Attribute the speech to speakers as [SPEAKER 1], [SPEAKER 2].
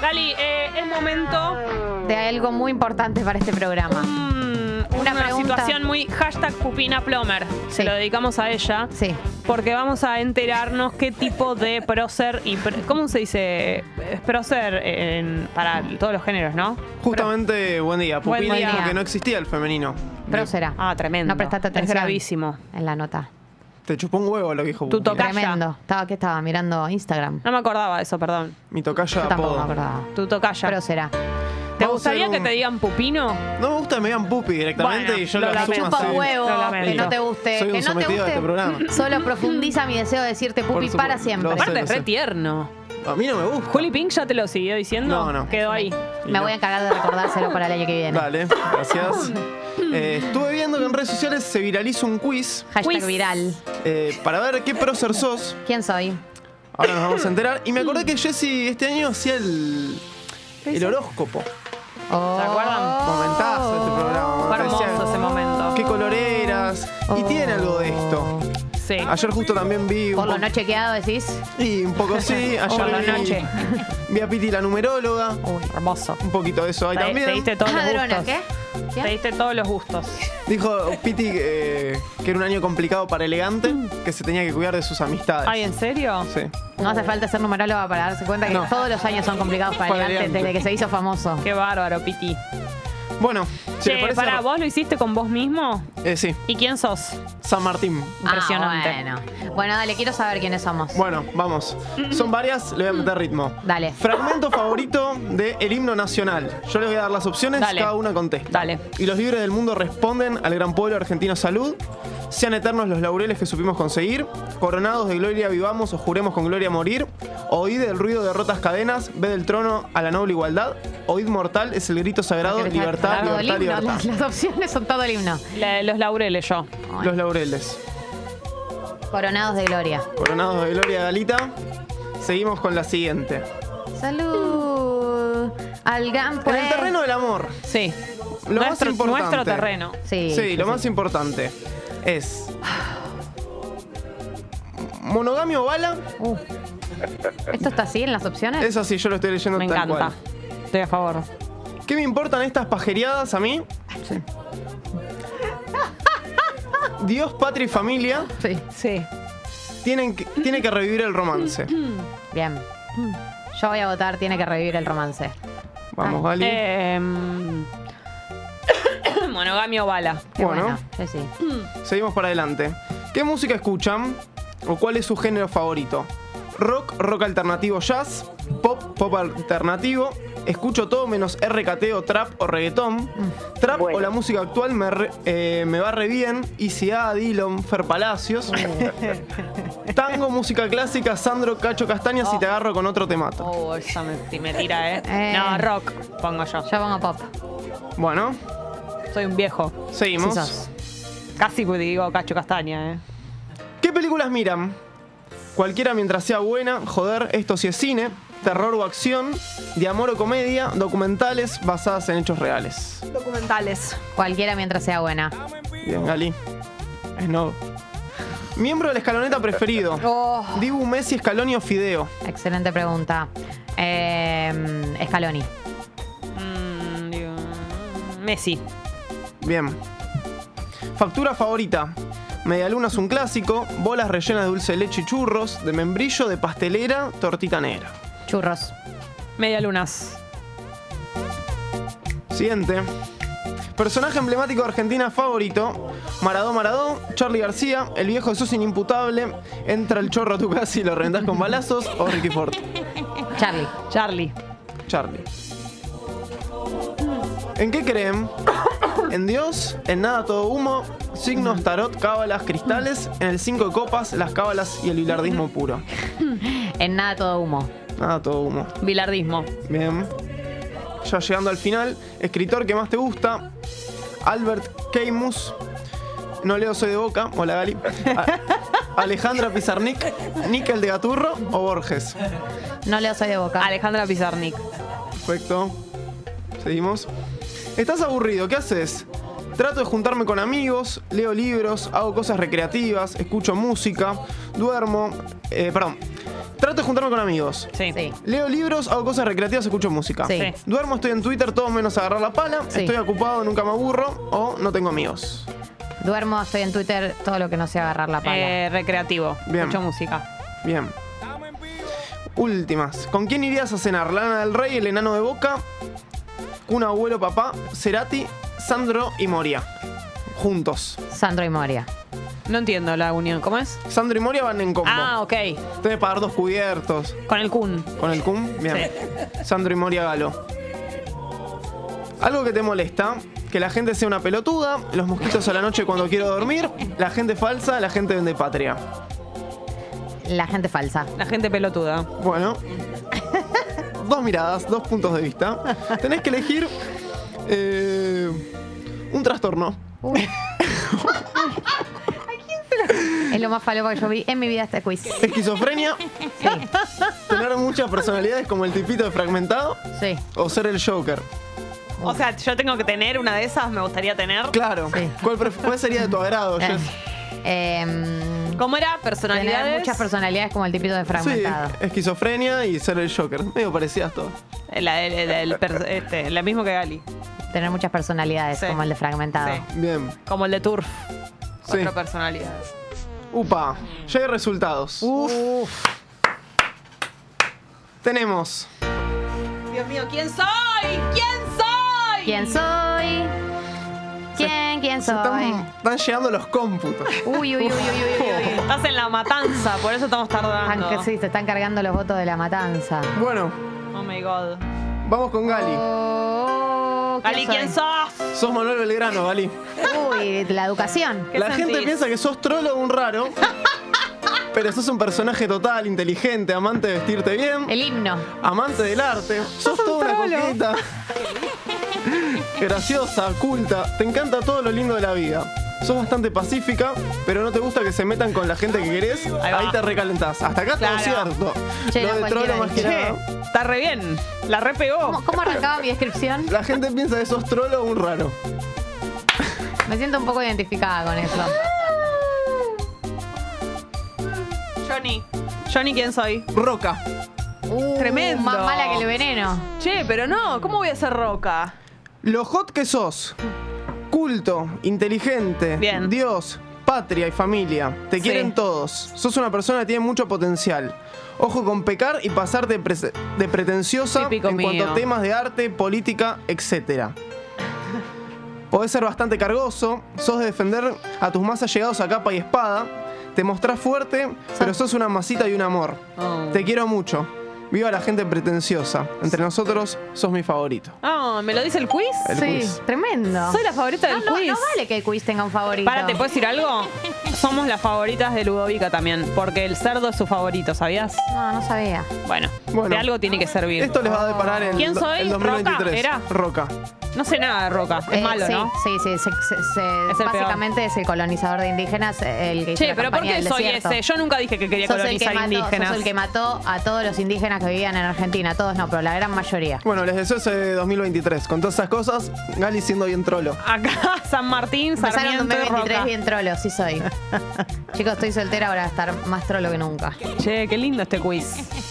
[SPEAKER 1] Gali, eh, es momento.
[SPEAKER 2] De algo muy importante para este programa.
[SPEAKER 1] un-
[SPEAKER 2] Una
[SPEAKER 1] una
[SPEAKER 2] pregunta.
[SPEAKER 1] situación muy hashtag Pupina Plomer.
[SPEAKER 2] Sí.
[SPEAKER 1] Se lo dedicamos a ella.
[SPEAKER 2] Sí.
[SPEAKER 1] Porque vamos a enterarnos qué tipo de prócer y. pr- ¿Cómo se dice? Es Prócer en- para todos los géneros, ¿no?
[SPEAKER 3] Justamente, buen día.
[SPEAKER 1] Buen
[SPEAKER 3] Pupila
[SPEAKER 1] día.
[SPEAKER 3] porque no existía el femenino.
[SPEAKER 2] Pero será.
[SPEAKER 1] Ah, tremendo.
[SPEAKER 2] No prestaste
[SPEAKER 1] Es
[SPEAKER 2] atención.
[SPEAKER 1] gravísimo.
[SPEAKER 2] En la nota.
[SPEAKER 3] Te chupó un huevo lo que dijo
[SPEAKER 1] Tu
[SPEAKER 3] Pupila.
[SPEAKER 1] toca- Tocaya.
[SPEAKER 2] Tremendo. Estaba que estaba mirando Instagram.
[SPEAKER 1] No me acordaba de eso, perdón.
[SPEAKER 3] Mi
[SPEAKER 2] Yo
[SPEAKER 3] tocaya
[SPEAKER 2] tampoco me
[SPEAKER 3] apodo.
[SPEAKER 2] acordaba.
[SPEAKER 1] Tu tocaya.
[SPEAKER 2] Pero será.
[SPEAKER 1] ¿Te
[SPEAKER 3] Vamos a
[SPEAKER 1] gustaría
[SPEAKER 3] hacer
[SPEAKER 1] que
[SPEAKER 3] un-
[SPEAKER 1] te digan pupino?
[SPEAKER 3] No me gusta que me digan pupi directamente
[SPEAKER 1] Bueno,
[SPEAKER 3] y yo
[SPEAKER 1] lo
[SPEAKER 3] lo, asumo
[SPEAKER 1] lamento.
[SPEAKER 2] Chupa
[SPEAKER 3] así.
[SPEAKER 2] huevo,
[SPEAKER 1] Lo lamento.
[SPEAKER 2] que no te guste.
[SPEAKER 3] Soy
[SPEAKER 2] que
[SPEAKER 3] un
[SPEAKER 2] no te
[SPEAKER 3] sometido de
[SPEAKER 2] guste.
[SPEAKER 3] este programa.
[SPEAKER 2] Solo profundiza mi deseo de decirte pupi
[SPEAKER 3] supuesto.
[SPEAKER 2] para siempre.
[SPEAKER 3] Lo sé,
[SPEAKER 1] Aparte,
[SPEAKER 3] lo
[SPEAKER 1] es re
[SPEAKER 3] sé.
[SPEAKER 1] tierno.
[SPEAKER 3] A mí no me gusta.
[SPEAKER 1] Juli Pink ya te lo siguió diciendo.
[SPEAKER 3] No, no.
[SPEAKER 1] Quedó ahí.
[SPEAKER 3] Y
[SPEAKER 2] Me
[SPEAKER 3] no.
[SPEAKER 2] voy a encargar de recordárselo para el año que viene.
[SPEAKER 3] Dale, gracias. Eh, estuve viendo que en redes sociales se viraliza un quiz
[SPEAKER 2] Hashtag
[SPEAKER 1] Quiz.
[SPEAKER 2] viral.
[SPEAKER 3] eh, para ver qué prócer sos.
[SPEAKER 2] ¿Quién soy?
[SPEAKER 3] Ahora nos vamos a enterar. Y me acordé que Jessy este año hacía el, el horóscopo.
[SPEAKER 2] Oh.
[SPEAKER 1] ¿Se acuerdan?
[SPEAKER 3] Momentazo este programa.
[SPEAKER 1] Fue
[SPEAKER 3] Me parecía-
[SPEAKER 1] hermoso ese momento.
[SPEAKER 3] Qué color eras. Y
[SPEAKER 2] Oh.
[SPEAKER 3] tiene algo de esto.
[SPEAKER 1] Sí.
[SPEAKER 3] Ayer justo también vi. un
[SPEAKER 2] Por lo
[SPEAKER 3] po-
[SPEAKER 2] no chequeado decís.
[SPEAKER 3] Y un poco sí. Ayer
[SPEAKER 1] Por la
[SPEAKER 3] vi,
[SPEAKER 1] noche.
[SPEAKER 3] vi a Piti la numeróloga.
[SPEAKER 1] Uy, hermoso.
[SPEAKER 3] Un poquito de eso ahí
[SPEAKER 1] Te-
[SPEAKER 3] también.
[SPEAKER 1] Te diste todos los
[SPEAKER 2] Ladrona,
[SPEAKER 1] gustos.
[SPEAKER 2] Ah, ¿qué?
[SPEAKER 1] Te
[SPEAKER 2] ¿Qué?
[SPEAKER 1] diste todos los gustos.
[SPEAKER 3] Dijo Piti eh, que era un año complicado para elegante, que se tenía que cuidar de sus amistades.
[SPEAKER 1] Ay, ¿en serio?
[SPEAKER 3] Sí.
[SPEAKER 2] No hace falta ser numeróloga para darse cuenta que
[SPEAKER 3] No.
[SPEAKER 2] todos los años son complicados para
[SPEAKER 3] Para
[SPEAKER 2] elegante
[SPEAKER 3] elegante.
[SPEAKER 2] desde que se hizo famoso.
[SPEAKER 1] Qué bárbaro, Piti.
[SPEAKER 3] Bueno, si les
[SPEAKER 1] Che,
[SPEAKER 3] parece-
[SPEAKER 1] para vos lo hiciste con vos mismo.
[SPEAKER 3] Eh, sí,
[SPEAKER 1] ¿Y quién sos?
[SPEAKER 3] San Martín.
[SPEAKER 1] Impresionante.
[SPEAKER 2] Ah, bueno. bueno, dale, quiero saber quiénes somos.
[SPEAKER 3] Bueno, vamos. Son varias, le voy a meter ritmo.
[SPEAKER 2] Dale.
[SPEAKER 3] Fragmento favorito del himno nacional. Yo les voy a dar las opciones,
[SPEAKER 1] Dale.
[SPEAKER 3] cada una contesta.
[SPEAKER 1] Dale.
[SPEAKER 3] Y los libres del mundo responden al gran pueblo argentino salud. Sean eternos los laureles que supimos conseguir. Coronados de gloria vivamos o juremos con gloria morir. Oíd el ruido de rotas cadenas. Ve del trono a la noble igualdad. Oíd mortal es el grito sagrado.
[SPEAKER 2] Porque les
[SPEAKER 3] Libertad,
[SPEAKER 2] falta todo el
[SPEAKER 3] libertad,
[SPEAKER 2] himno.
[SPEAKER 3] libertad.
[SPEAKER 2] Las, las opciones son todo el himno.
[SPEAKER 1] La de los laureles, yo.
[SPEAKER 3] Los laureles.
[SPEAKER 2] Coronados de gloria.
[SPEAKER 3] Coronados de gloria, Galita. Seguimos con la siguiente.
[SPEAKER 2] Salud. Al gran
[SPEAKER 3] En
[SPEAKER 2] pueblo.
[SPEAKER 3] el terreno del amor.
[SPEAKER 1] Sí.
[SPEAKER 3] Lo más
[SPEAKER 1] nuestro,
[SPEAKER 3] importante.
[SPEAKER 1] nuestro terreno.
[SPEAKER 2] Sí.
[SPEAKER 3] Sí, lo más importante es. Monogamia o bala,
[SPEAKER 2] Uh. ¿Esto está así en las opciones?
[SPEAKER 3] eso sí, yo lo estoy leyendo
[SPEAKER 1] Me
[SPEAKER 3] tal
[SPEAKER 1] encanta.
[SPEAKER 3] cual.
[SPEAKER 1] Estoy a favor.
[SPEAKER 3] ¿Qué me importan estas pajereadas a mí? Dios, patria y familia
[SPEAKER 2] Sí.
[SPEAKER 1] Sí.
[SPEAKER 3] tienen que, tiene que revivir el romance.
[SPEAKER 2] Bien. Yo voy a votar, tiene que revivir el romance.
[SPEAKER 3] Vamos, Gali.
[SPEAKER 1] Eh, monogamia o bala.
[SPEAKER 2] Qué
[SPEAKER 3] Bueno.
[SPEAKER 2] bueno. Sí, sí.
[SPEAKER 3] Seguimos para adelante. ¿Qué música escuchan? ¿O cuál es su género favorito? Rock, rock alternativo jazz, pop, pop alternativo. Escucho todo menos RKT o trap o reggaetón. Trap o la música actual me, re- eh, me va re bien. ICA, Dillon, Fer Palacios. Tango, música clásica, Sandro, Cacho Castañas y te agarro con otro temato.
[SPEAKER 1] Oh, esa me, me tira, ¿eh?
[SPEAKER 2] Eh.
[SPEAKER 1] No, rock, pongo yo.
[SPEAKER 2] Yo pongo pop.
[SPEAKER 3] Bueno,
[SPEAKER 1] Soy un viejo.
[SPEAKER 3] seguimos.
[SPEAKER 2] Sí sos.
[SPEAKER 1] Casi digo Cacho Castaña, ¿eh?
[SPEAKER 3] ¿Qué películas miran? Cualquiera mientras sea buena, joder, esto sí es cine, terror o acción, de amor o comedia, documentales basadas en hechos reales.
[SPEAKER 1] Documentales.
[SPEAKER 2] Cualquiera mientras sea buena.
[SPEAKER 3] Bien, Gali. Snob. Miembro de la escaloneta preferido. Dibu, Messi, Scaloni o Fideo.
[SPEAKER 2] Excelente pregunta. Eh, Scaloni.
[SPEAKER 1] Mm, Messi.
[SPEAKER 3] Bien. Factura favorita. Medialuna es un clásico, bolas rellenas de dulce de leche y churros, de membrillo, de pastelera, tortita negra.
[SPEAKER 2] Churros.
[SPEAKER 1] Medialunas.
[SPEAKER 3] Siguiente. Personaje emblemático de Argentina favorito. Maradó Maradó, Charlie García, el viejo Jesús inimputable, entra el chorro a tu casa y lo reventás con balazos o Ricky Ford.
[SPEAKER 2] Charlie.
[SPEAKER 1] Charlie.
[SPEAKER 3] Charlie. ¿En qué creen? ¿En Dios? ¿En nada todo humo? Signos, tarot, cábalas, cristales, en el cinco de copas, las cábalas y el bilardismo puro.
[SPEAKER 2] En nada todo humo.
[SPEAKER 3] Nada todo humo.
[SPEAKER 1] Bilardismo.
[SPEAKER 3] Bien. Ya llegando al final, escritor que más te gusta, Albert Camus. No leo Soy de Boca, hola Gali. A- Alejandra Pizarnik, Nickel de Gaturro o Borges.
[SPEAKER 2] No leo soy de boca.
[SPEAKER 1] Alejandra Pizarnik.
[SPEAKER 3] Perfecto. Seguimos. ¿Estás aburrido? ¿Qué haces? Trato de juntarme con amigos, leo libros, hago cosas recreativas, escucho música, duermo. eh, perdón. Trato de juntarme con amigos.
[SPEAKER 1] Sí.
[SPEAKER 2] Sí.
[SPEAKER 3] Leo libros, hago cosas recreativas, escucho música.
[SPEAKER 2] Sí.
[SPEAKER 1] Sí.
[SPEAKER 3] Duermo, estoy en Twitter, todos menos agarrar la pala.
[SPEAKER 2] Sí.
[SPEAKER 3] Estoy ocupado, nunca me aburro. O no tengo amigos.
[SPEAKER 2] Duermo, estoy en Twitter, todo lo que no sea agarrar la pala.
[SPEAKER 1] Eh, recreativo.
[SPEAKER 3] Bien.
[SPEAKER 1] Mucha música.
[SPEAKER 3] Bien. Últimas. ¿Con quién irías a cenar? Lana del Rey, el enano de boca, un abuelo, papá, Cerati, Sandro y Moria. Juntos.
[SPEAKER 2] Sandro y Moria.
[SPEAKER 1] No entiendo la unión. ¿Cómo es?
[SPEAKER 3] Sandro y Moria van en combo.
[SPEAKER 1] Ah, ok.
[SPEAKER 3] Tenés que pagar dos cubiertos.
[SPEAKER 1] Con el Kun.
[SPEAKER 3] ¿Con el cum? Bien. Sandro y Moria Galo. Algo que te molesta, que la gente sea una pelotuda, los mosquitos a la noche cuando quiero dormir, la gente falsa, la gente vende patria.
[SPEAKER 2] La gente falsa.
[SPEAKER 1] La gente pelotuda.
[SPEAKER 3] Bueno. Dos miradas, dos puntos de vista. Tenés que elegir eh, un trastorno.
[SPEAKER 2] Uy. Es lo más falopa que yo vi en mi vida este quiz.
[SPEAKER 3] Esquizofrenia,
[SPEAKER 2] Sí,
[SPEAKER 3] tener muchas personalidades como el tipito de fragmentado
[SPEAKER 2] sí,
[SPEAKER 3] o ser el Joker.
[SPEAKER 1] O sea, yo tengo que tener una de esas, me gustaría tener.
[SPEAKER 3] Claro.
[SPEAKER 2] Sí.
[SPEAKER 3] ¿Cuál, pref- cuál sería de tu agrado,
[SPEAKER 2] Eh,
[SPEAKER 3] Jess?
[SPEAKER 2] em,
[SPEAKER 1] ¿Cómo era?
[SPEAKER 2] tener
[SPEAKER 1] Personalidades.
[SPEAKER 2] muchas personalidades como el tipito de
[SPEAKER 3] Sí,
[SPEAKER 2] fragmentado.
[SPEAKER 3] esquizofrenia y ser el Joker. Medio parecidas todas.
[SPEAKER 1] eh, La, la- la- el per- este, la mismo que Gali.
[SPEAKER 2] Tener muchas personalidades
[SPEAKER 1] Sí.
[SPEAKER 2] como el de fragmentado.
[SPEAKER 1] Sí.
[SPEAKER 3] Bien.
[SPEAKER 1] Como el de Turf.
[SPEAKER 3] Sí.
[SPEAKER 1] Cuatro personalidades.
[SPEAKER 3] Upa. Ya hay resultados.
[SPEAKER 1] Uf.
[SPEAKER 3] Tenemos
[SPEAKER 1] Dios mío, ¿quién soy? ¿Quién soy?
[SPEAKER 2] ¿Quién soy? ¿Quién? ¿Quién
[SPEAKER 3] Se
[SPEAKER 2] soy?
[SPEAKER 3] están, están llegando los cómputos.
[SPEAKER 2] Uy, uy, uy, uy, uy, uy.
[SPEAKER 1] Estás en la matanza, por eso estamos tardando.
[SPEAKER 2] Aunque sí, se están cargando los votos de la matanza.
[SPEAKER 3] Bueno,
[SPEAKER 1] Oh my god.
[SPEAKER 3] vamos con Gali.
[SPEAKER 2] Oh,
[SPEAKER 1] Gali, ¿quién sos?
[SPEAKER 3] Sos Manuel Belgrano, Gali.
[SPEAKER 2] Uy, la educación.
[SPEAKER 1] ¿Qué
[SPEAKER 3] La
[SPEAKER 1] sentís?
[SPEAKER 3] gente piensa que sos trolo o un raro. Pero sos un personaje total, inteligente, amante de vestirte bien,
[SPEAKER 2] El himno.
[SPEAKER 3] amante del arte. Sos
[SPEAKER 2] un
[SPEAKER 3] toda una
[SPEAKER 2] trolo.
[SPEAKER 3] coqueta. Graciosa, culta. Te encanta todo lo lindo de la vida. Sos bastante pacífica, pero no te gusta que se metan con la gente que querés.
[SPEAKER 1] va.
[SPEAKER 3] Ahí te recalentás. Hasta acá
[SPEAKER 1] Claro.
[SPEAKER 3] todo cierto.
[SPEAKER 2] Che,
[SPEAKER 3] lo
[SPEAKER 2] no
[SPEAKER 3] de
[SPEAKER 2] cualquiera
[SPEAKER 3] trolo más que
[SPEAKER 2] dice.
[SPEAKER 1] Che,
[SPEAKER 3] nada.
[SPEAKER 1] está re bien. La re pegó.
[SPEAKER 2] ¿Cómo, cómo arrancaba mi descripción?
[SPEAKER 3] La gente piensa que sos trolo o un raro.
[SPEAKER 2] Me siento un poco identificada con eso.
[SPEAKER 1] Johnny. Johnny, ¿quién soy?
[SPEAKER 3] Roca.
[SPEAKER 2] Uh,
[SPEAKER 1] Tremendo.
[SPEAKER 2] Más mala que el veneno.
[SPEAKER 1] Che, pero no, ¿cómo voy a ser roca?
[SPEAKER 3] Lo hot que sos. Culto, inteligente,
[SPEAKER 1] Bien.
[SPEAKER 3] Dios, patria y familia. Te
[SPEAKER 1] Sí.
[SPEAKER 3] quieren todos. Sos una persona que tiene mucho potencial. Ojo con pecar y pasar de, prese- de pretenciosa
[SPEAKER 1] Típico
[SPEAKER 3] en cuanto
[SPEAKER 1] mío.
[SPEAKER 3] a temas de arte, política, etc. Podés ser bastante cargoso, sos de defender a tus más allegados a capa y espada, te mostrás fuerte, pero sos una masita y un amor.
[SPEAKER 1] Oh.
[SPEAKER 3] Te quiero mucho. Viva la gente pretenciosa. Entre nosotros, sos mi favorito.
[SPEAKER 1] Ah, ¿me lo dice el quiz?
[SPEAKER 3] El
[SPEAKER 2] sí,
[SPEAKER 3] quiz.
[SPEAKER 2] tremendo.
[SPEAKER 1] Soy la favorita
[SPEAKER 2] no,
[SPEAKER 1] del
[SPEAKER 2] no,
[SPEAKER 1] quiz. pues.
[SPEAKER 2] no vale que el quiz tenga un favorito.
[SPEAKER 1] Para, ¿te puedo decir algo? Somos las favoritas de Ludovica también, porque el cerdo es su favorito, ¿sabías?
[SPEAKER 2] No, no sabía.
[SPEAKER 1] Bueno,
[SPEAKER 3] Bueno.
[SPEAKER 1] de algo tiene que servir.
[SPEAKER 3] Esto les va a deparar en
[SPEAKER 1] ¿Quién soy?
[SPEAKER 3] el 2023.
[SPEAKER 1] ¿Roca? ¿Era?
[SPEAKER 3] Roca.
[SPEAKER 1] No sé nada de Roca, es
[SPEAKER 2] Eh,
[SPEAKER 1] malo,
[SPEAKER 2] sí,
[SPEAKER 1] ¿no?
[SPEAKER 2] Sí, sí, se- se- se-
[SPEAKER 1] Es el
[SPEAKER 2] básicamente es el colonizador de indígenas eh, el que hizo
[SPEAKER 1] Che,
[SPEAKER 2] la
[SPEAKER 1] pero ¿por
[SPEAKER 2] campaña
[SPEAKER 1] qué
[SPEAKER 2] del
[SPEAKER 1] soy
[SPEAKER 2] desierto.
[SPEAKER 1] ese? Yo nunca dije que quería
[SPEAKER 2] Sos el, que
[SPEAKER 1] colonizar
[SPEAKER 2] mató,
[SPEAKER 1] indígenas.
[SPEAKER 2] sos el que mató a todos los indígenas que vivían en Argentina, todos no, pero la gran mayoría.
[SPEAKER 3] Bueno, les deseo ese 2023. Con todas esas cosas, Gali siendo bien trolo.
[SPEAKER 1] Acá, San Martín,
[SPEAKER 2] Empezaron
[SPEAKER 1] Sarmiento y
[SPEAKER 2] 2023
[SPEAKER 1] Roca.
[SPEAKER 2] bien trolo, sí soy. Chicos, estoy soltera ahora, estar más trolo que nunca.
[SPEAKER 1] Che, qué lindo este quiz.